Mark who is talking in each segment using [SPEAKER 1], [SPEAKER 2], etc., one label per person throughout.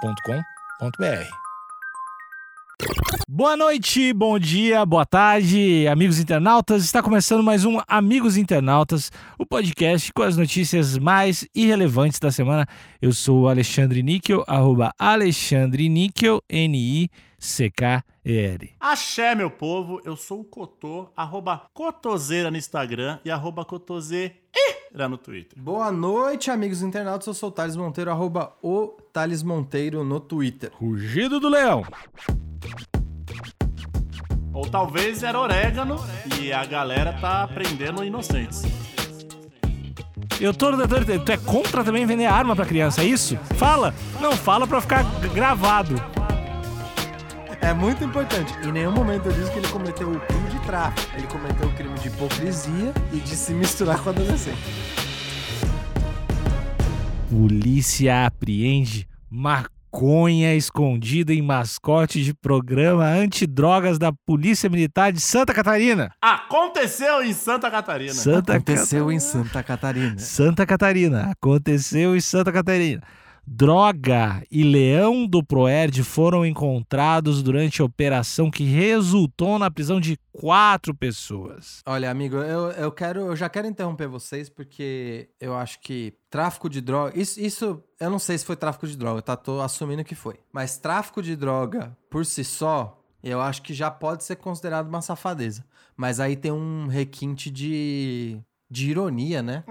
[SPEAKER 1] agenciadepodcast.com.br.
[SPEAKER 2] Boa noite, bom dia, boa tarde, amigos internautas. Está começando mais um Amigos Internautas, o podcast com as notícias mais irrelevantes da semana. Eu sou o Alexandre Níquel, arroba Alexandre Níquel, N-I-C-K-E-L.
[SPEAKER 3] Axé, meu povo, eu sou o Cotô, arroba Cotoseira no Instagram e arroba Cotoseira no Twitter.
[SPEAKER 4] Boa noite, amigos internautas. Eu sou o Thales Monteiro, arroba o Thales Monteiro no Twitter.
[SPEAKER 2] Rugido do leão.
[SPEAKER 3] Ou talvez era orégano e a galera tá prendendo inocentes.
[SPEAKER 2] Eu tô no Tu é contra também vender arma pra criança, é isso? Fala! Não, fala pra ficar gravado.
[SPEAKER 4] É muito importante. Em nenhum momento eu disse que ele cometeu o crime de tráfico. Ele cometeu o crime de hipocrisia e de se misturar com adolescente.
[SPEAKER 2] Polícia apreende maconha escondida em mascote de programa antidrogas da Polícia Militar de Santa Catarina.
[SPEAKER 3] Aconteceu em Santa Catarina.
[SPEAKER 2] Santa
[SPEAKER 4] Aconteceu em Santa Catarina.
[SPEAKER 2] Santa Catarina. Aconteceu em Santa Catarina. Droga e leão do Proerd foram encontrados durante a operação que resultou na prisão de quatro pessoas.
[SPEAKER 4] Olha, amigo, eu, eu quero, eu já quero interromper vocês porque eu acho que tráfico de droga, isso, isso, eu não sei se foi tráfico de droga, tá? Tô assumindo que foi. Mas tráfico de droga por si só, eu acho que já pode ser considerado uma safadeza. Mas aí tem um requinte de, de ironia, né?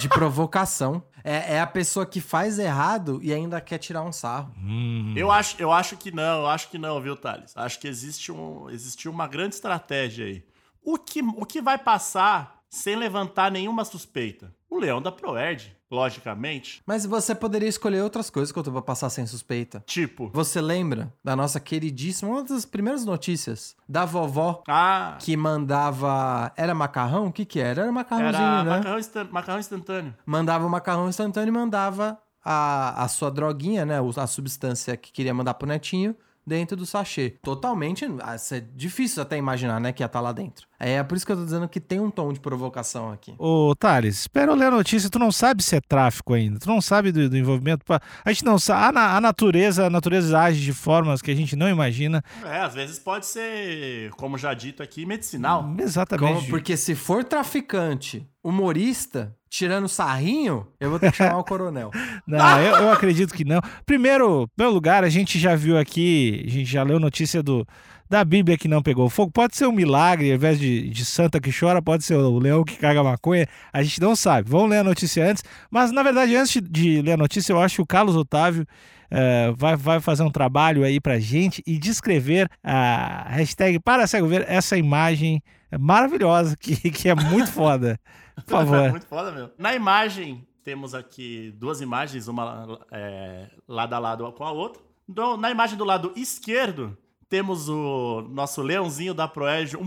[SPEAKER 4] De provocação. É, é a pessoa que faz errado e ainda quer tirar um sarro.
[SPEAKER 2] Hum.
[SPEAKER 3] Eu acho, eu acho que não, eu acho que não, viu, Thales? Acho que existe, um, existe uma grande estratégia aí. O que, o que vai passar sem levantar nenhuma suspeita? O leão da Proerd, logicamente.
[SPEAKER 4] Mas você poderia escolher outras coisas que eu tô pra passar sem suspeita.
[SPEAKER 3] Tipo,
[SPEAKER 4] Você lembra da nossa queridíssima, uma das primeiras notícias da vovó
[SPEAKER 3] ah,
[SPEAKER 4] que mandava. Era macarrão? O que que era? Era macarrãozinho,
[SPEAKER 3] era
[SPEAKER 4] né?
[SPEAKER 3] macarrão, instan- macarrão instantâneo.
[SPEAKER 4] Mandava o macarrão instantâneo e mandava a, a sua droguinha, né? o- A substância que queria mandar pro netinho dentro do sachê. Totalmente. ah, isso é difícil até imaginar, né? Que ia estar lá dentro. É por isso que eu tô dizendo que tem um tom de provocação aqui.
[SPEAKER 2] Ô, Thales, espera eu ler a notícia. Tu não sabe se é tráfico ainda. Tu não sabe do, do envolvimento. pa- A gente não sabe. A, na- a natureza, a natureza age de formas que a gente não imagina.
[SPEAKER 3] É, às vezes pode ser, como já dito aqui, medicinal.
[SPEAKER 2] Hum, Exatamente.
[SPEAKER 4] Como- porque se for traficante, humorista, tirando sarrinho, eu vou ter que chamar o coronel.
[SPEAKER 2] Não, eu, eu acredito que não. Primeiro, em primeiro lugar, a gente já viu aqui, a gente já leu notícia do, da Bíblia que não pegou fogo. Pode ser um milagre, ao invés de, de santa que chora, pode ser o leão que caga maconha. A gente não sabe. Vamos ler a notícia antes. Mas, na verdade, antes de, de ler a notícia, eu acho que o Carlos Otávio eh, vai, vai fazer um trabalho aí pra gente e descrever a hashtag para cego ver essa imagem maravilhosa que, que é muito foda. Por favor.
[SPEAKER 3] É
[SPEAKER 2] é.
[SPEAKER 3] Muito foda mesmo. Na imagem, temos aqui duas imagens, uma é, lado a lado com a outra. Do- na imagem do lado esquerdo, temos o nosso leãozinho da Proégio um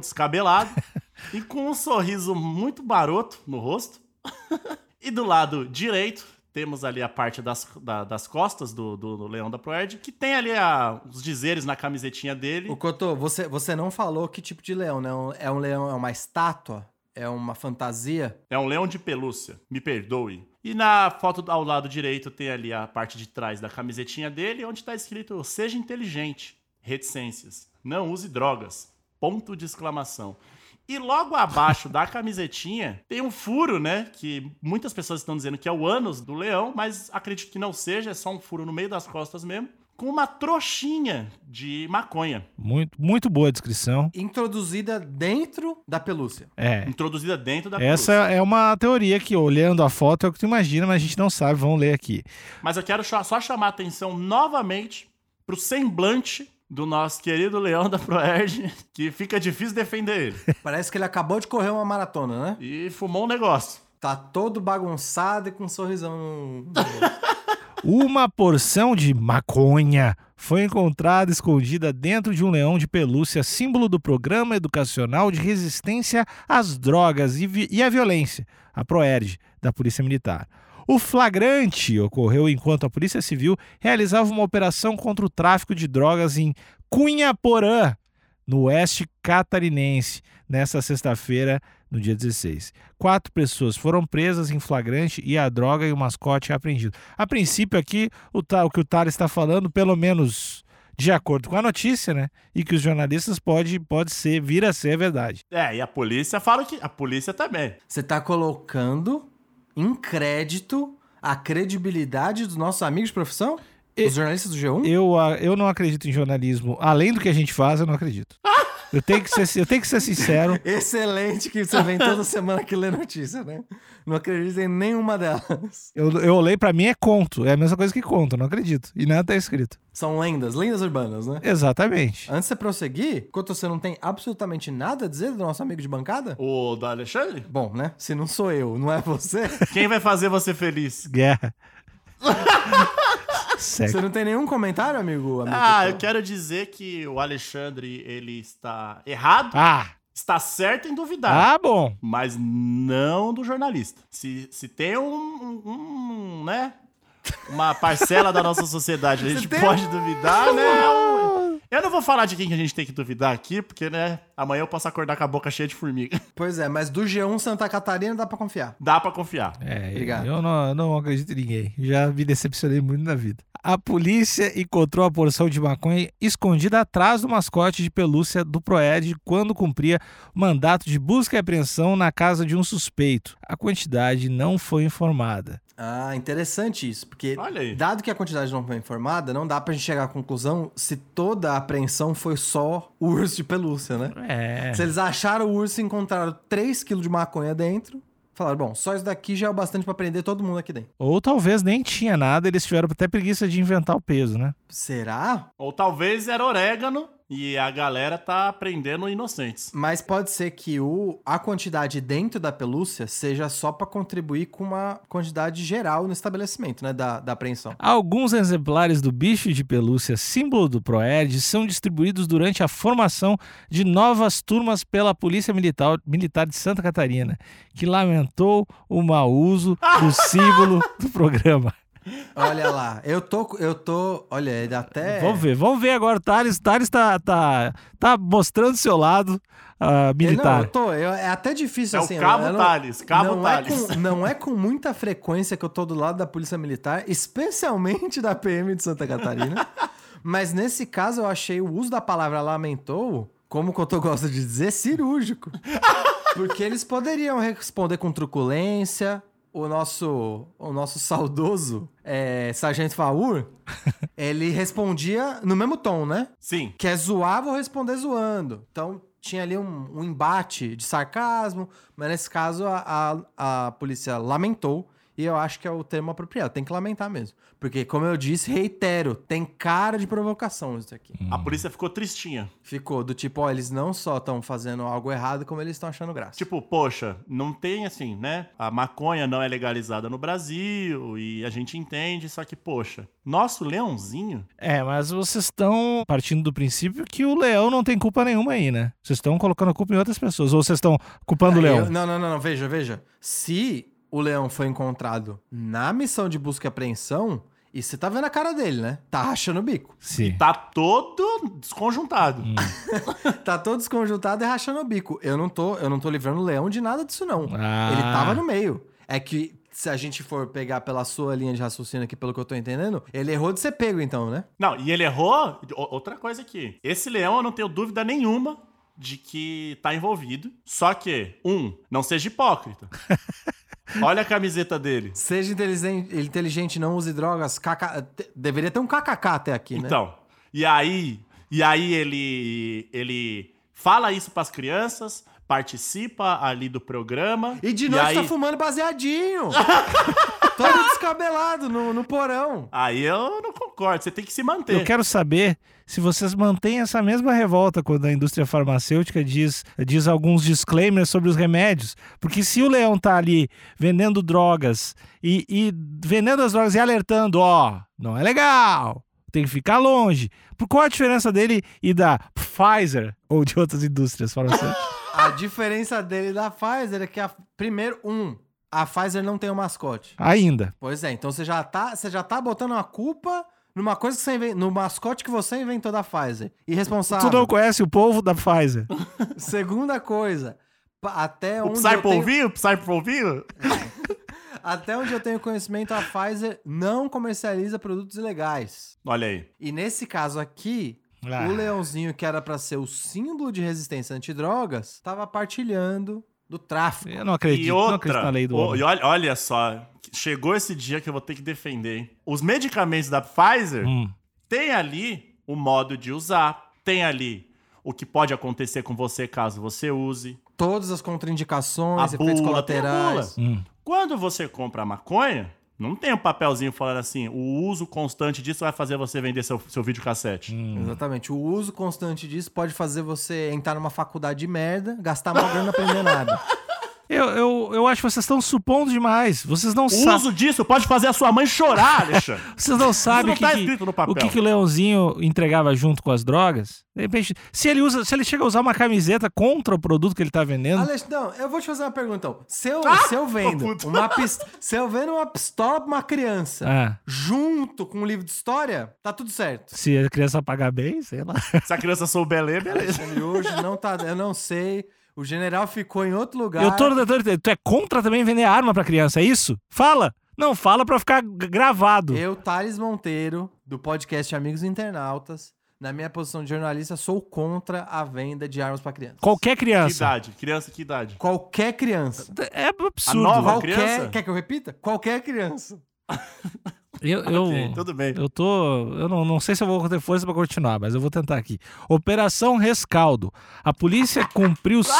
[SPEAKER 3] descabelado e com um sorriso muito baroto no rosto. e do lado direito, temos ali a parte das, da- das costas do, do, do leão da Proerd, que tem ali a- os dizeres na camisetinha dele.
[SPEAKER 4] O Cotô, você, você não falou que tipo de leão, né? Um- É um leão, é uma estátua? É uma fantasia?
[SPEAKER 3] É um leão de pelúcia, me perdoe. E na foto ao lado direito tem ali a parte de trás da camisetinha dele, onde está escrito: Seja inteligente, reticências, não use drogas. Ponto de exclamação. E logo abaixo da camisetinha tem um furo, né? Que muitas pessoas estão dizendo que é o ânus do leão, mas acredito que não seja, é só um furo no meio das costas mesmo, com uma trouxinha de maconha
[SPEAKER 2] Muito, muito boa a descrição.
[SPEAKER 4] Introduzida dentro da pelúcia.
[SPEAKER 2] É.
[SPEAKER 3] introduzida dentro da
[SPEAKER 2] Essa
[SPEAKER 3] pelúcia.
[SPEAKER 2] é uma teoria que, olhando a foto, é o que tu imagina, mas a gente não sabe, vamos ler aqui.
[SPEAKER 3] Mas eu quero só só chamar a atenção novamente pro semblante do nosso querido Leão da Proerd, que fica difícil defender ele.
[SPEAKER 4] Parece que ele acabou de correr uma maratona, né?
[SPEAKER 3] E fumou um negócio.
[SPEAKER 4] Tá todo bagunçado e com um sorrisão. no-
[SPEAKER 2] Uma porção de maconha foi encontrada escondida dentro de um leão de pelúcia, símbolo do Programa Educacional de Resistência às Drogas e, Vi- e à Violência, a PROERD, da Polícia Militar. O flagrante ocorreu enquanto a Polícia Civil realizava uma operação contra o tráfico de drogas em Cunha Porã, no oeste catarinense, nesta sexta-feira, no dia 16. Quatro pessoas foram presas em flagrante e a droga e o mascote apreendido. A princípio, aqui, o, Ta- o que o Tara está falando, pelo menos de acordo com a notícia, né? E que os jornalistas pode, pode ser, vir a ser verdade.
[SPEAKER 3] É, e a polícia fala que. A polícia também.
[SPEAKER 4] Você tá colocando em crédito a credibilidade dos nossos amigos de profissão?
[SPEAKER 2] E-
[SPEAKER 4] Os jornalistas do G1?
[SPEAKER 2] Eu, ah, eu não acredito em jornalismo. Além do que a gente faz, eu não acredito. Eu tenho que ser, eu tenho que ser sincero.
[SPEAKER 4] Excelente que você vem toda semana que lê notícia, né? Não acredito em nenhuma delas.
[SPEAKER 2] Eu, eu olhei pra mim é conto. É a mesma coisa que conto, eu não acredito. E nada tá escrito.
[SPEAKER 4] São lendas, lendas urbanas, né?
[SPEAKER 2] Exatamente.
[SPEAKER 4] Antes de você prosseguir, enquanto você não tem absolutamente nada a dizer do nosso amigo de bancada?
[SPEAKER 3] O do Alexandre?
[SPEAKER 4] Bom, né? Se não sou eu, não é você,
[SPEAKER 3] Quem vai fazer você feliz?
[SPEAKER 2] Guerra.
[SPEAKER 4] você
[SPEAKER 2] Sexo.
[SPEAKER 4] não tem nenhum comentário, amigo? amigo
[SPEAKER 3] Ah, eu
[SPEAKER 4] Totó?
[SPEAKER 3] quero dizer que o Alexandre, ele está errado,
[SPEAKER 2] Ah,
[SPEAKER 3] está certo em duvidar.
[SPEAKER 2] ah, bom.
[SPEAKER 3] Mas não do jornalista. Se, se tem um, um- um, né? Uma parcela da nossa sociedade, a gente
[SPEAKER 4] tem um-
[SPEAKER 3] pode duvidar, né? Eu não vou falar de quem que a gente tem que duvidar aqui, porque, né? Amanhã eu posso acordar com a boca cheia de formiga.
[SPEAKER 4] Pois é, mas do G1 Santa Catarina dá pra confiar.
[SPEAKER 3] Dá pra confiar.
[SPEAKER 2] É,
[SPEAKER 4] Obrigado.
[SPEAKER 2] eu não, eu não acredito em ninguém. Já me decepcionei muito na vida. A polícia encontrou a porção de maconha escondida atrás do mascote de pelúcia do Proed quando cumpria mandato de busca e apreensão na casa de um suspeito. A quantidade não foi informada.
[SPEAKER 4] Ah, interessante isso, porque
[SPEAKER 3] Olha aí.
[SPEAKER 4] dado que a quantidade não foi informada, não dá pra gente chegar à conclusão se toda a apreensão foi só o urso de pelúcia, né?
[SPEAKER 2] É.
[SPEAKER 4] Se eles acharam o urso e encontraram 3kg de maconha dentro, falaram, bom, só isso daqui já é o bastante pra prender todo mundo aqui dentro.
[SPEAKER 2] Ou talvez nem tinha nada, eles tiveram até preguiça de inventar o peso, né?
[SPEAKER 4] Será?
[SPEAKER 3] Ou talvez era orégano e a galera tá prendendo inocentes.
[SPEAKER 4] Mas pode ser que o, a quantidade dentro da pelúcia seja só pra contribuir com uma quantidade geral no estabelecimento, né? Da, da apreensão.
[SPEAKER 2] Alguns exemplares do bicho de pelúcia, símbolo do Proerd, são distribuídos durante a formação de novas turmas pela Polícia Militar, Militar de Santa Catarina, que lamentou o mau uso do símbolo do programa.
[SPEAKER 4] Olha lá, eu tô. Eu tô. Olha, ele até.
[SPEAKER 2] Vamos ver, vamos ver agora. O Thales, Thales tá, tá, tá mostrando seu lado ah,
[SPEAKER 4] Ele- Não,
[SPEAKER 2] militar.
[SPEAKER 4] eu tô. eu- é até difícil
[SPEAKER 3] É
[SPEAKER 4] assim.
[SPEAKER 3] o Cabo
[SPEAKER 4] eu não-
[SPEAKER 3] Thales, Cabo
[SPEAKER 4] não é,
[SPEAKER 3] Thales.
[SPEAKER 4] com, não é com muita frequência que eu tô do lado da Polícia Militar, especialmente da PM de Santa Catarina. mas nesse caso eu achei o uso da palavra lamentou, como o Cotô gosta de dizer, cirúrgico. Porque eles poderiam responder com truculência. O nosso, o nosso saudoso é, Sargento Faur, ele respondia no mesmo tom, né?
[SPEAKER 3] Sim.
[SPEAKER 4] Quer zoar, vou responder zoando. Então tinha ali um, um embate de sarcasmo, mas nesse caso a, a, a polícia lamentou. E eu acho que é o termo apropriado, tem que lamentar mesmo. Porque, como eu disse, reitero, tem cara de provocação isso aqui.
[SPEAKER 3] A polícia ficou tristinha.
[SPEAKER 4] Ficou do tipo, ó, eles não só estão fazendo algo errado, como eles estão achando graça.
[SPEAKER 3] Tipo, poxa, não tem assim, né? A maconha não é legalizada no Brasil e a gente entende, só que, poxa, nosso leãozinho.
[SPEAKER 2] É, mas vocês estão partindo do princípio que o leão não tem culpa nenhuma aí, né? Vocês estão colocando a culpa em outras pessoas, ou vocês estão culpando o
[SPEAKER 4] Aí Ah, eu-
[SPEAKER 2] leão.
[SPEAKER 4] não, não, não, não, veja, veja. Se o leão foi encontrado na missão de busca e apreensão, e você tá vendo a cara dele, né? Tá rachando o bico.
[SPEAKER 2] Sim.
[SPEAKER 3] Tá todo desconjuntado.
[SPEAKER 4] Tá todo desconjuntado e rachando o bico. Eu não tô, eu não tô livrando o leão de nada disso, não.
[SPEAKER 2] Ah.
[SPEAKER 4] Ele tava no meio. É que se a gente for pegar pela sua linha de raciocínio aqui, pelo que eu tô entendendo, ele errou de ser pego, então, né?
[SPEAKER 3] Não, e ele errou. o- Outra coisa aqui. Esse leão, eu não tenho dúvida nenhuma de que tá envolvido. Só que, um, não seja hipócrita. Olha a camiseta dele.
[SPEAKER 4] Seja inteligente, inteligente não use drogas. KK te- deveria ter um kkk até aqui, né?
[SPEAKER 3] Então, e aí, e aí ele, ele fala isso pras crianças, participa ali do programa.
[SPEAKER 4] E de noite
[SPEAKER 3] aí,
[SPEAKER 4] tá fumando baseadinho. todo descabelado no, no porão.
[SPEAKER 3] Aí eu não concordo, você tem que se manter.
[SPEAKER 2] Eu quero saber se vocês mantêm essa mesma revolta quando a indústria farmacêutica diz, diz alguns disclaimers sobre os remédios. Porque se o leão tá ali vendendo drogas e, e vendendo as drogas e alertando, ó, não é legal, tem que ficar longe. Por qual a diferença dele e da Pfizer ou de outras indústrias farmacêuticas?
[SPEAKER 4] A diferença dele da Pfizer é que, a, primeiro, um, a Pfizer não tem o mascote.
[SPEAKER 2] Ainda.
[SPEAKER 4] Pois é, então você já tá, você já tá botando a culpa numa coisa que você inven- no mascote que você inventou da Pfizer.
[SPEAKER 2] Tu não
[SPEAKER 3] é
[SPEAKER 4] Irresponsável.
[SPEAKER 2] conhece o povo da Pfizer.
[SPEAKER 4] Segunda coisa, pa- até
[SPEAKER 3] O
[SPEAKER 2] um
[SPEAKER 4] onde
[SPEAKER 3] Psy
[SPEAKER 4] eu tenho,
[SPEAKER 3] polvinho? Psy polvinho?
[SPEAKER 4] até onde eu tenho conhecimento, a Pfizer não comercializa produtos ilegais.
[SPEAKER 3] Olha aí.
[SPEAKER 4] E nesse caso aqui,
[SPEAKER 2] Ah.
[SPEAKER 4] o leãozinho que era pra ser o símbolo de resistência antidrogas, tava partilhando do tráfico.
[SPEAKER 2] Eu não acredito,
[SPEAKER 3] e
[SPEAKER 2] não acredito na
[SPEAKER 3] outra,
[SPEAKER 2] lei do
[SPEAKER 3] o-
[SPEAKER 2] homem.
[SPEAKER 3] e olha, olha só, chegou esse dia que eu vou ter que defender. hein? Os medicamentos da Pfizer
[SPEAKER 2] Hum.
[SPEAKER 3] tem ali o modo de usar, tem ali o que pode acontecer com você caso você use.
[SPEAKER 4] Todas as contraindicações,
[SPEAKER 3] A
[SPEAKER 4] efeitos
[SPEAKER 3] bula, tem a
[SPEAKER 4] colaterais.
[SPEAKER 2] Hum.
[SPEAKER 3] Quando você compra a maconha, não tem um papelzinho falando assim, o uso constante disso vai fazer você vender seu, seu videocassete.
[SPEAKER 2] hum.
[SPEAKER 4] Exatamente. O uso constante disso pode fazer você entrar numa faculdade de merda, gastar mal grana e não aprender nada.
[SPEAKER 2] Eu, eu, eu acho que vocês estão supondo demais. Vocês não,
[SPEAKER 3] O
[SPEAKER 2] sa
[SPEAKER 3] uso disso pode fazer a sua mãe chorar, Alexandre.
[SPEAKER 2] vocês não sabem
[SPEAKER 3] não
[SPEAKER 2] o
[SPEAKER 3] tá
[SPEAKER 2] que que-
[SPEAKER 3] escrito no papel.
[SPEAKER 2] o que, que o Leãozinho entregava junto com as drogas. De repente, se ele, usa, se ele chega a usar uma camiseta contra o produto que ele tá vendendo,
[SPEAKER 4] Alex, não, eu vou te fazer uma pergunta. então. Se eu,
[SPEAKER 3] Ah,
[SPEAKER 4] se eu vendo
[SPEAKER 3] ô puto.
[SPEAKER 4] uma pis- se eu vendo uma pistola pra uma criança
[SPEAKER 2] Ah.
[SPEAKER 4] junto com um livro de história, tá tudo certo.
[SPEAKER 2] se a criança pagar bem, sei lá.
[SPEAKER 3] Se a criança souber ler, beleza.
[SPEAKER 4] E hoje não tá, eu não sei. O general ficou em outro lugar.
[SPEAKER 2] Eu tô tentando entender. Tu é contra também vender arma pra criança, é isso? Fala! Não, fala pra ficar g- gravado.
[SPEAKER 4] Eu, Thales Monteiro, do podcast Amigos Internautas, na minha posição de jornalista, sou contra a venda de armas pra criança.
[SPEAKER 2] Qualquer
[SPEAKER 3] Que
[SPEAKER 2] criança.
[SPEAKER 3] idade? Criança, que idade?
[SPEAKER 4] Qualquer criança.
[SPEAKER 2] É absurdo.
[SPEAKER 3] A nova-
[SPEAKER 4] Qualquer,
[SPEAKER 3] criança?
[SPEAKER 4] Quer que eu repita? Qualquer criança.
[SPEAKER 2] Eu, eu,
[SPEAKER 3] Ok, então. tudo bem.
[SPEAKER 2] eu tô. Eu não, não sei se eu vou ter força pra continuar, mas eu vou tentar aqui. Operação Rescaldo. A polícia cumpriu s-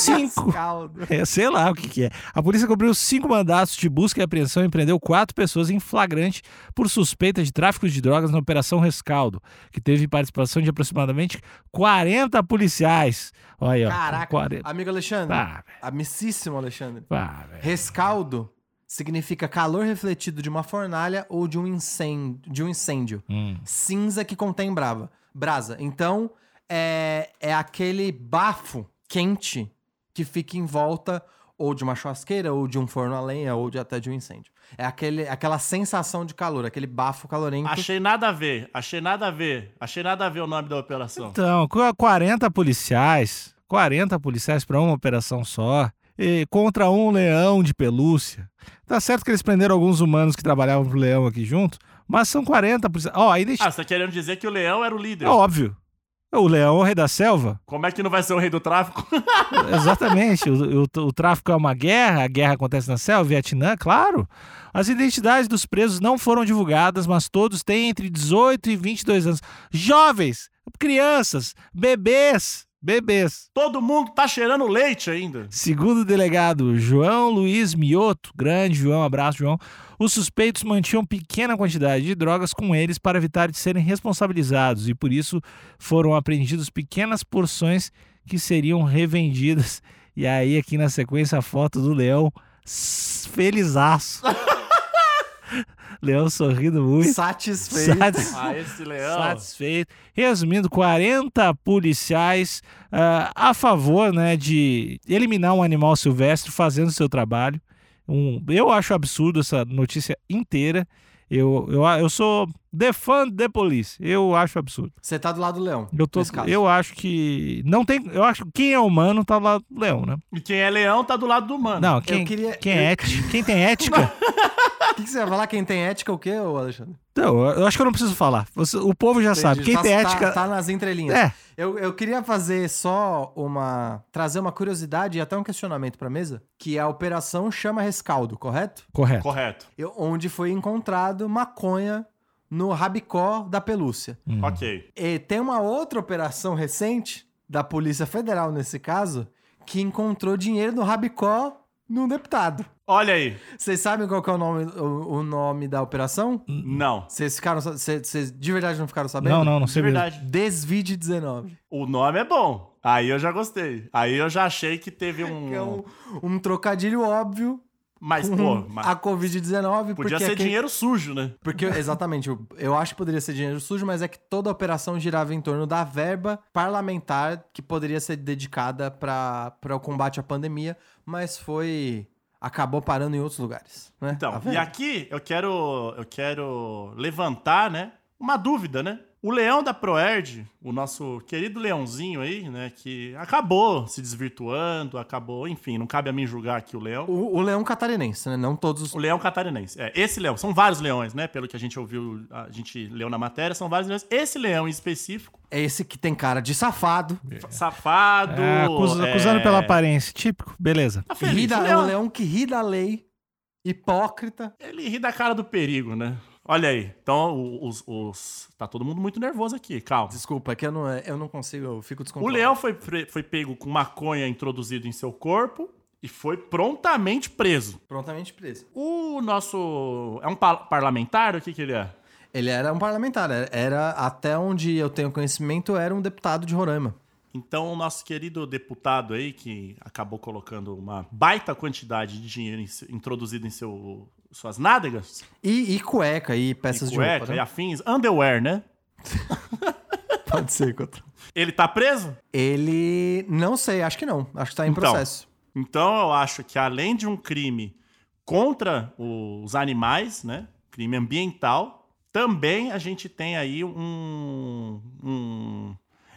[SPEAKER 2] cinco.
[SPEAKER 4] Caldo.
[SPEAKER 2] É, sei lá o que, que é. A polícia cumpriu cinco mandatos de busca e apreensão e prendeu quatro pessoas em flagrante por suspeita de tráfico de drogas na Operação Rescaldo, que teve participação de aproximadamente 40 policiais. Olha aí, ó. Tá.
[SPEAKER 4] Caraca.
[SPEAKER 2] 40.
[SPEAKER 4] Amigo Alexandre.
[SPEAKER 2] Pá, velho,
[SPEAKER 4] Amicíssimo, Alexandre.
[SPEAKER 2] pá, velho.
[SPEAKER 4] Rescaldo significa calor refletido de uma fornalha ou de um incêndio. De um incêndio.
[SPEAKER 2] Hum.
[SPEAKER 4] Cinza que contém brava, brasa. Então, é, é aquele bafo quente que fica em volta ou de uma churrasqueira, ou de um forno a lenha, ou de, até de um incêndio. É aquele, aquela sensação de calor, aquele bafo calorento.
[SPEAKER 3] Achei nada a ver, achei nada a ver, achei nada a ver o nome da operação.
[SPEAKER 2] Então, qu- 40 policiais, 40 policiais pra uma operação só, e contra um leão de pelúcia. Tá certo que eles prenderam alguns humanos que trabalhavam pro leão aqui junto, mas são 40 policiais. Ó, ainda
[SPEAKER 3] Ah, você tá querendo dizer que o leão era o líder.
[SPEAKER 2] É óbvio. O leão é o rei da selva.
[SPEAKER 3] Como é que não vai ser o rei do tráfico?
[SPEAKER 2] Exatamente. O, o- o tráfico é uma guerra, a guerra acontece na selva, Vietnã, claro. As identidades dos presos não foram divulgadas, mas todos têm entre 18 e 22 anos. Jovens, crianças, bebês, bebês.
[SPEAKER 3] Todo mundo tá cheirando leite ainda.
[SPEAKER 2] Segundo o delegado João Luiz Mioto, grande João, abraço João, os suspeitos mantinham pequena quantidade de drogas com eles para evitar de serem responsabilizados e por isso foram apreendidos pequenas porções que seriam revendidas. E aí aqui na sequência a foto do leão s- felizaço. leão sorrindo muito.
[SPEAKER 4] Satisfeito.
[SPEAKER 2] satis-
[SPEAKER 3] Ah, esse leão.
[SPEAKER 2] Satisfeito. Resumindo, 40 policiais ah, a favor né, de eliminar um animal silvestre fazendo seu trabalho. Um, eu acho absurdo essa notícia inteira. Eu, eu, eu sou defã de polícia. Eu acho absurdo.
[SPEAKER 4] Você tá do lado do leão.
[SPEAKER 2] Eu, tô,
[SPEAKER 4] nesse caso.
[SPEAKER 2] eu acho que. Não tem. Eu acho que quem é humano tá lá do leão, né?
[SPEAKER 3] E quem é leão tá do lado do humano.
[SPEAKER 2] Não, quem,
[SPEAKER 4] queria-
[SPEAKER 2] quem,
[SPEAKER 4] eu-
[SPEAKER 2] é ética, quem tem ética.
[SPEAKER 4] O Ah, que, que você vai falar? Quem tem ética, é o quê, ô Alexandre?
[SPEAKER 2] Não, eu acho que eu não preciso falar. Você- o povo já sabe. Quem
[SPEAKER 4] Tá-
[SPEAKER 2] tem
[SPEAKER 4] tá-
[SPEAKER 2] ética.
[SPEAKER 4] Tá nas entrelinhas.
[SPEAKER 2] É.
[SPEAKER 4] Eu, eu queria fazer só uma. trazer uma curiosidade e até um questionamento pra mesa. Que a operação chama Rescaldo, correto?
[SPEAKER 2] Correto.
[SPEAKER 3] Correto.
[SPEAKER 4] Eu- onde foi encontrado maconha no rabicó da pelúcia.
[SPEAKER 2] Hum.
[SPEAKER 3] Ok.
[SPEAKER 4] E tem uma outra operação recente, da Polícia Federal nesse caso, que encontrou dinheiro no rabicó num deputado.
[SPEAKER 3] Olha aí.
[SPEAKER 4] Vocês sabem qual que é o nome, o, o nome da operação?
[SPEAKER 3] Não.
[SPEAKER 4] Vocês ficaram. sa- Vocês vocês de verdade não ficaram sabendo?
[SPEAKER 2] Não, não, não
[SPEAKER 3] De
[SPEAKER 2] sei mesmo.
[SPEAKER 3] verdade.
[SPEAKER 4] Desvide 19.
[SPEAKER 3] O nome é bom. Aí eu já gostei. Aí eu já achei que teve
[SPEAKER 4] Que é
[SPEAKER 3] um.
[SPEAKER 4] um, um trocadilho óbvio
[SPEAKER 3] Mas, pô,
[SPEAKER 4] com
[SPEAKER 3] mas
[SPEAKER 4] a Covid-19.
[SPEAKER 3] podia
[SPEAKER 4] Uhum. porque é
[SPEAKER 3] ser
[SPEAKER 4] aquele-
[SPEAKER 3] dinheiro sujo, né?
[SPEAKER 4] Porque, exatamente, eu, eu acho que poderia ser dinheiro sujo, mas é que toda a operação girava em torno da verba parlamentar que poderia ser dedicada para o combate à pandemia, mas foi. acabou parando em outros lugares. Né?
[SPEAKER 3] Então,
[SPEAKER 4] Tá vendo?
[SPEAKER 3] e aqui eu quero, eu quero levantar, né? Uma dúvida, né? O leão da Proerd, o nosso querido leãozinho aí, né, que acabou se desvirtuando, acabou, enfim, não cabe a mim julgar aqui o leão.
[SPEAKER 4] O, o leão catarinense, né? Não todos os.
[SPEAKER 3] O leão catarinense. É, esse leão, são vários leões, né, pelo que a gente ouviu, a gente leu na matéria, são vários leões. Esse leão em específico,
[SPEAKER 4] É esse que tem cara de safado.
[SPEAKER 3] safado,
[SPEAKER 2] Ah, acusa-
[SPEAKER 3] é,
[SPEAKER 2] Acusando pela aparência. Típico, beleza.
[SPEAKER 3] tá feliz.
[SPEAKER 4] Ri da,
[SPEAKER 3] O
[SPEAKER 2] né,
[SPEAKER 4] é
[SPEAKER 3] leão-
[SPEAKER 4] um leão que ri da lei, hipócrita.
[SPEAKER 3] Ele ri da cara do perigo, né? Olha aí. Então, o- os, os- Tá todo mundo muito nervoso aqui, calma.
[SPEAKER 4] Desculpa, é que eu não, eu não consigo, eu fico
[SPEAKER 3] O
[SPEAKER 4] descontrolado.
[SPEAKER 3] leão foi, pre- foi pego com maconha introduzida em seu corpo e foi prontamente preso.
[SPEAKER 4] Prontamente preso.
[SPEAKER 3] O nosso. É um pa- parlamentar? O que, que ele é?
[SPEAKER 4] Ele era um parlamentar, era- era até onde eu tenho conhecimento, era um deputado de Roraima.
[SPEAKER 3] Então, o nosso querido deputado aí, que acabou colocando uma baita quantidade de dinheiro em se- introduzido em seu, suas nádegas,
[SPEAKER 4] E, e cueca, e
[SPEAKER 3] e
[SPEAKER 4] peças
[SPEAKER 3] cueca
[SPEAKER 4] de
[SPEAKER 3] e
[SPEAKER 4] roupa. Né?
[SPEAKER 3] afins, underwear, né?
[SPEAKER 4] Pode ser, Cotra.
[SPEAKER 3] Ele tá preso?
[SPEAKER 4] Ele. Não sei, acho que não. Acho que tá em
[SPEAKER 3] Então.
[SPEAKER 4] processo.
[SPEAKER 3] Então eu acho que além de um crime contra os animais, né? Crime ambiental, também a gente tem aí um. um-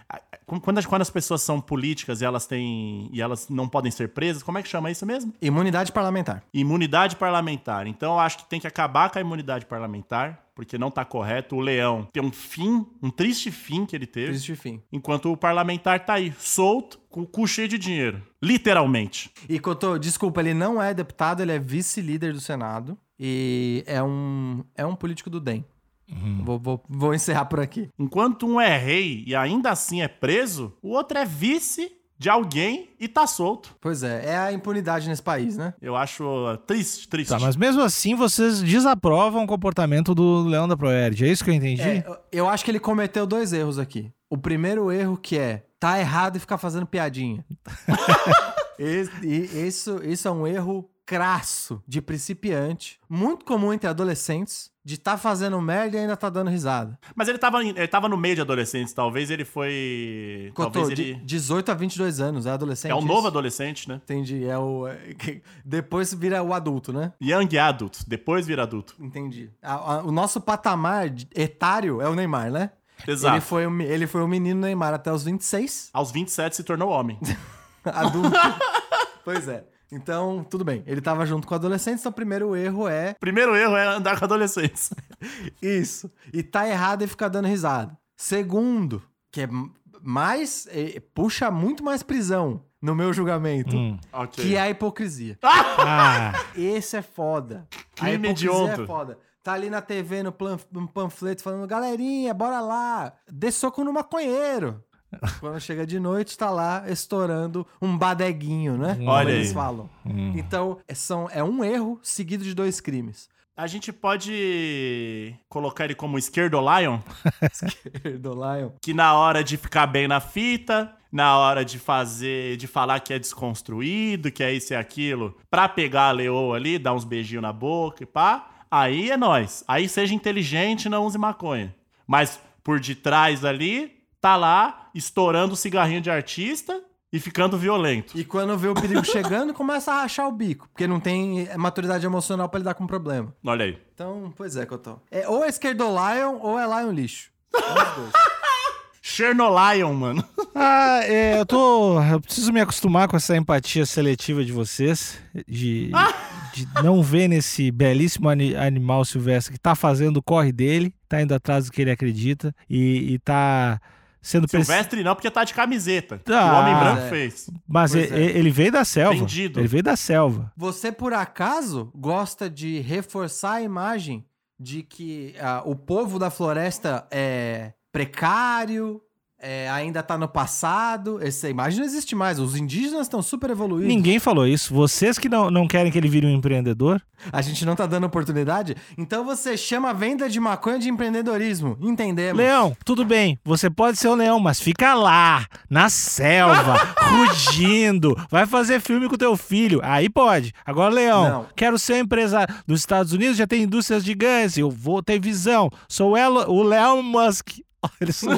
[SPEAKER 3] a- a- quando, as, quando as pessoas são políticas e elas têm. e elas não podem ser presas, como é que chama isso mesmo?
[SPEAKER 4] Imunidade parlamentar.
[SPEAKER 3] Imunidade parlamentar. Então eu acho que tem que acabar com a imunidade parlamentar, porque não tá correto. O leão tem um fim, um triste fim que ele teve.
[SPEAKER 4] Triste fim.
[SPEAKER 3] Enquanto o parlamentar tá aí, solto, com o cu cheio de dinheiro. Literalmente.
[SPEAKER 4] E Cotô, desculpa, ele não é deputado, ele é vice-líder do Senado. E é um, é um político do DEM.
[SPEAKER 3] Uhum.
[SPEAKER 4] Vou, vou, vou encerrar por aqui.
[SPEAKER 3] Enquanto um é rei e ainda assim é preso, o outro é vice de alguém e tá solto.
[SPEAKER 4] Pois é, é a impunidade nesse país, né?
[SPEAKER 3] Eu acho uh, triste, triste.
[SPEAKER 2] Tá, mas mesmo assim vocês desaprovam o comportamento do leão da Proerd. É isso que eu entendi?
[SPEAKER 4] É, eu- eu acho que ele cometeu dois erros aqui. O primeiro erro que é tá errado e ficar fazendo piadinha. Esse- e isso, isso é um erro crasso de principiante, muito comum entre adolescentes, de tá fazendo merda e ainda tá dando risada.
[SPEAKER 3] Mas ele tava, em- ele tava no meio de adolescentes, talvez ele foi.
[SPEAKER 4] Cotô,
[SPEAKER 3] talvez
[SPEAKER 4] de
[SPEAKER 3] ele.
[SPEAKER 4] 18 a 22 anos, é adolescente.
[SPEAKER 3] É um
[SPEAKER 4] isso?
[SPEAKER 3] novo adolescente, né?
[SPEAKER 4] Entendi, é o... é que- depois vira o adulto, né?
[SPEAKER 3] Young adult, depois vira adulto.
[SPEAKER 4] Entendi. A- a- o nosso patamar de- etário é o Neymar, né?
[SPEAKER 3] Exato.
[SPEAKER 4] Ele foi, o me- ele foi o menino Neymar até os 26,
[SPEAKER 3] Aos 27 se tornou homem.
[SPEAKER 4] Adulto. pois é. Então, tudo bem. Ele tava junto com adolescentes, então o primeiro erro é
[SPEAKER 3] Primeiro erro é andar com adolescentes.
[SPEAKER 4] isso. E tá errado e ficar dando risada. Segundo, que é m- mais. eh, puxa muito mais prisão no meu julgamento,
[SPEAKER 2] Hum.
[SPEAKER 3] ok.
[SPEAKER 4] que é a hipocrisia.
[SPEAKER 2] Ah,
[SPEAKER 4] Esse é foda. a
[SPEAKER 3] Crime
[SPEAKER 4] hipocrisia
[SPEAKER 3] hediondo.
[SPEAKER 4] é foda. Tá ali na TV, no, plan, no panfleto, falando, galerinha, bora lá. Dê soco no maconheiro. Quando chega de noite, tá lá estourando um badeguinho, né? Como
[SPEAKER 3] Olha
[SPEAKER 4] eles
[SPEAKER 3] aí.
[SPEAKER 4] falam.
[SPEAKER 2] hum.
[SPEAKER 4] Então, é, são, é um erro seguido de dois crimes.
[SPEAKER 3] A gente pode colocar ele como esquerdo lion?
[SPEAKER 4] Do Lion.
[SPEAKER 3] que na hora de ficar bem na fita, na hora de fazer, de falar que é desconstruído, que é isso e aquilo, pra pegar a leoa ali, dar uns beijinhos na boca e pá, aí é nós. Aí seja inteligente, não use maconha. Mas por detrás ali, tá lá estourando o cigarrinho de artista e ficando violento.
[SPEAKER 4] E quando vê o perigo chegando, começa a rachar o bico, porque não tem eh, maturidade emocional pra lidar com o problema.
[SPEAKER 3] Olha aí.
[SPEAKER 4] Então, pois é, Cotão. É, ou é esquerdo Lion ou é Lion lixo. É os dois.
[SPEAKER 3] Chernolion, mano.
[SPEAKER 2] Ah, é, eu tô. Eu preciso me acostumar com essa empatia seletiva de vocês, de, de não ver nesse belíssimo ani- animal silvestre que tá fazendo o corre dele, tá indo atrás do que ele acredita e, e tá sendo perse-
[SPEAKER 3] Silvestre não, porque tá de camiseta. que o
[SPEAKER 2] Ah,
[SPEAKER 3] homem branco
[SPEAKER 4] é.
[SPEAKER 3] fez.
[SPEAKER 2] Mas
[SPEAKER 4] Pois
[SPEAKER 2] e-
[SPEAKER 4] é.
[SPEAKER 2] e- ele veio da selva.
[SPEAKER 3] Vendido.
[SPEAKER 2] Ele veio da selva.
[SPEAKER 4] Você, por acaso, gosta de reforçar a imagem de que ah, o povo da floresta é precário, é, ainda tá no passado? Essa imagem não existe mais. Os indígenas estão super evoluídos.
[SPEAKER 2] Ninguém falou isso. Vocês que não, não querem que ele vire um empreendedor,
[SPEAKER 4] A gente não tá dando oportunidade? Então você chama a venda de maconha de empreendedorismo. Entendemos.
[SPEAKER 2] Leão, tudo bem, você pode ser um leão, mas fica lá, na selva, rugindo, vai fazer filme com teu filho, aí pode. Agora, leão,
[SPEAKER 4] Não.
[SPEAKER 2] quero ser empresário. Nos Estados Unidos já tem indústrias gigantes, eu vou ter visão. Sou Elo- o Leão Musk. Ele só-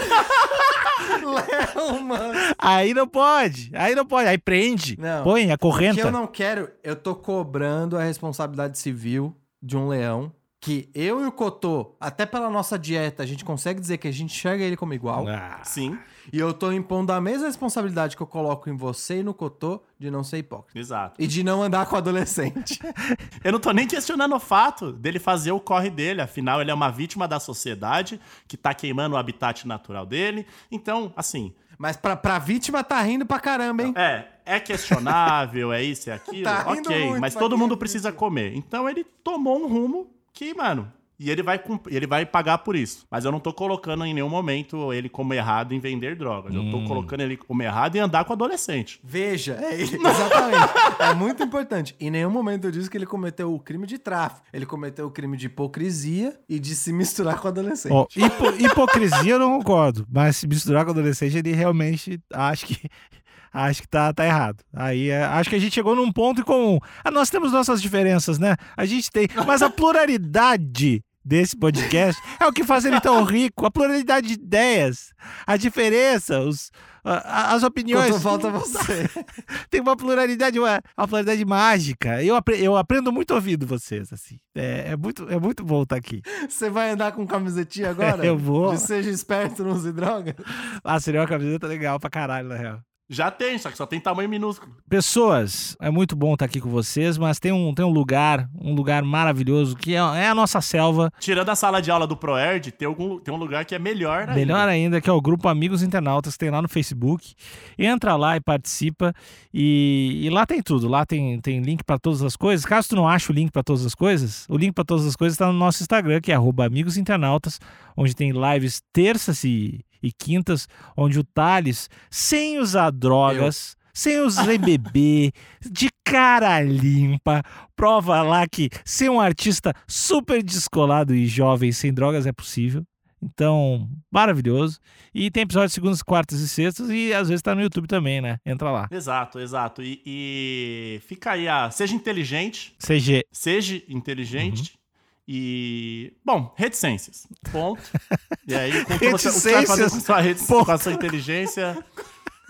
[SPEAKER 4] Leão, mano.
[SPEAKER 2] aí não pode, aí não pode, aí prende,
[SPEAKER 4] Não.
[SPEAKER 2] põe,
[SPEAKER 4] O que
[SPEAKER 2] acorrenta.
[SPEAKER 4] eu não quero, eu tô cobrando a responsabilidade civil de um leão que eu e o Cotô, até pela nossa dieta, a gente consegue dizer que a gente enxerga ele como igual.
[SPEAKER 2] Ah,
[SPEAKER 3] Sim,
[SPEAKER 4] E eu tô impondo a mesma responsabilidade que eu coloco em você e no Cotô de não ser hipócrita.
[SPEAKER 3] exato.
[SPEAKER 4] E de não andar com adolescente.
[SPEAKER 3] Eu não tô nem questionando o fato dele fazer o corre dele, afinal ele é uma vítima da sociedade que tá queimando o habitat natural dele. Então, assim,
[SPEAKER 4] Mas pra, pra vítima tá rindo pra caramba, hein?
[SPEAKER 3] é, é questionável, é isso, é aquilo,
[SPEAKER 4] Tá rindo
[SPEAKER 3] ok,
[SPEAKER 4] muito,
[SPEAKER 3] mas
[SPEAKER 4] mas
[SPEAKER 3] todo
[SPEAKER 4] que
[SPEAKER 3] mundo
[SPEAKER 4] difícil.
[SPEAKER 3] precisa comer. Então ele tomou um rumo que, mano, e ele vai cumprir, ele vai pagar por isso. Mas eu não tô colocando em nenhum momento ele como errado em vender drogas. Eu tô colocando ele como errado em andar com adolescente.
[SPEAKER 4] Veja, é ele. Exatamente. é muito importante. Em nenhum momento eu disse que ele cometeu o crime de tráfico. Ele cometeu o crime de hipocrisia e de se misturar com adolescente.
[SPEAKER 2] Ó, hipo- hipocrisia eu não concordo, mas se misturar com adolescente, ele realmente acho que acho que tá, tá errado. Aí é, acho que a gente chegou num ponto em comum. Ah, nós temos nossas diferenças, né? A gente tem, mas a pluralidade desse podcast é o que faz ele tão rico, a pluralidade de ideias, a diferença, os, a- a- as opiniões.
[SPEAKER 4] Quanto falta você.
[SPEAKER 2] Tem uma pluralidade, uma, uma pluralidade mágica. Eu, apre- eu aprendo muito ouvindo vocês, assim. É, é muito, é muito bom estar aqui.
[SPEAKER 4] Você vai andar com camisetinha agora?
[SPEAKER 2] Eu vou.
[SPEAKER 4] De seja esperto, não use droga.
[SPEAKER 2] Ah, seria uma camiseta legal pra caralho, na real.
[SPEAKER 3] Já tem, só que só tem tamanho minúsculo.
[SPEAKER 2] Pessoas, é muito bom estar aqui com vocês, mas tem um, tem um lugar, um lugar maravilhoso que é, é a nossa selva.
[SPEAKER 3] Tirando a sala de aula do Proerd, tem, algum, tem um lugar que é melhor ainda.
[SPEAKER 2] Melhor ainda, que é o grupo Amigos Internautas, que tem lá no Facebook. Entra lá e participa. E, e lá tem tudo. Lá tem, tem link para todas as coisas. Caso tu não ache o link para todas as coisas, o link para todas as coisas está no nosso Instagram, que é arroba Amigos Internautas, onde tem lives terças e, e quintas, onde o Thales, sem usar drogas. Sem usar bebê, de cara limpa, prova lá que ser um artista super descolado e jovem sem drogas é possível. Então, maravilhoso. E tem episódios segundas, quartas e sextas e às vezes tá no YouTube também, né? Entra lá.
[SPEAKER 3] Exato, exato. E, e fica aí a. Seja inteligente,
[SPEAKER 2] CG.
[SPEAKER 3] seja inteligente. E. Bom, reticências. Ponto. E aí, com o que você o que você vai fazer com a sua, reti-
[SPEAKER 2] Ponto.
[SPEAKER 3] com a sua inteligência,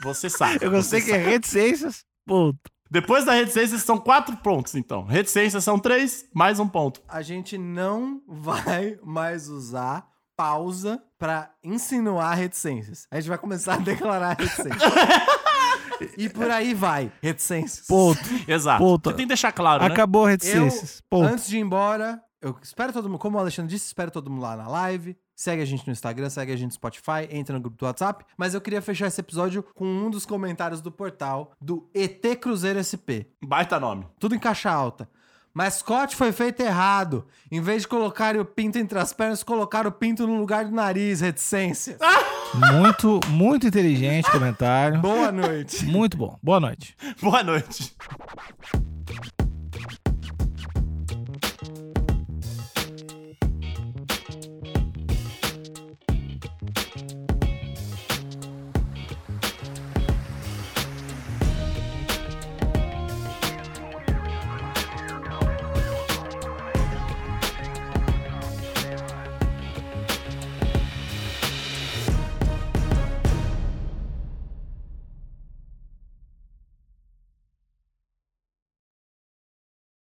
[SPEAKER 3] você sabe.
[SPEAKER 2] Eu gostei
[SPEAKER 3] você
[SPEAKER 2] que é reticências. Ponto.
[SPEAKER 3] Depois da reticência são quatro pontos, então. Reticência são três, mais um ponto.
[SPEAKER 4] A gente não vai mais usar pausa pra insinuar reticências. A gente vai começar a declarar reticências. e por aí vai, reticências.
[SPEAKER 2] Ponto.
[SPEAKER 3] Exato.
[SPEAKER 2] Ponto.
[SPEAKER 3] Você tem que deixar claro, né?
[SPEAKER 2] Acabou reticências. Ponto.
[SPEAKER 4] Antes de ir embora, eu espero todo mundo, como o Alexandre disse, espero todo mundo lá na live. Segue a gente no Instagram, segue a gente no Spotify, entra no grupo do WhatsApp. Mas eu queria fechar esse episódio com um dos comentários do portal do ET Cruzeiro SP.
[SPEAKER 3] Baita nome.
[SPEAKER 4] Tudo em caixa alta. Mascote foi feito errado. Em vez de colocar o pinto entre as pernas, colocaram o pinto no lugar do nariz, reticência.
[SPEAKER 2] Muito, muito inteligente o comentário.
[SPEAKER 4] Boa noite.
[SPEAKER 2] Muito bom. Boa noite.
[SPEAKER 3] Boa noite.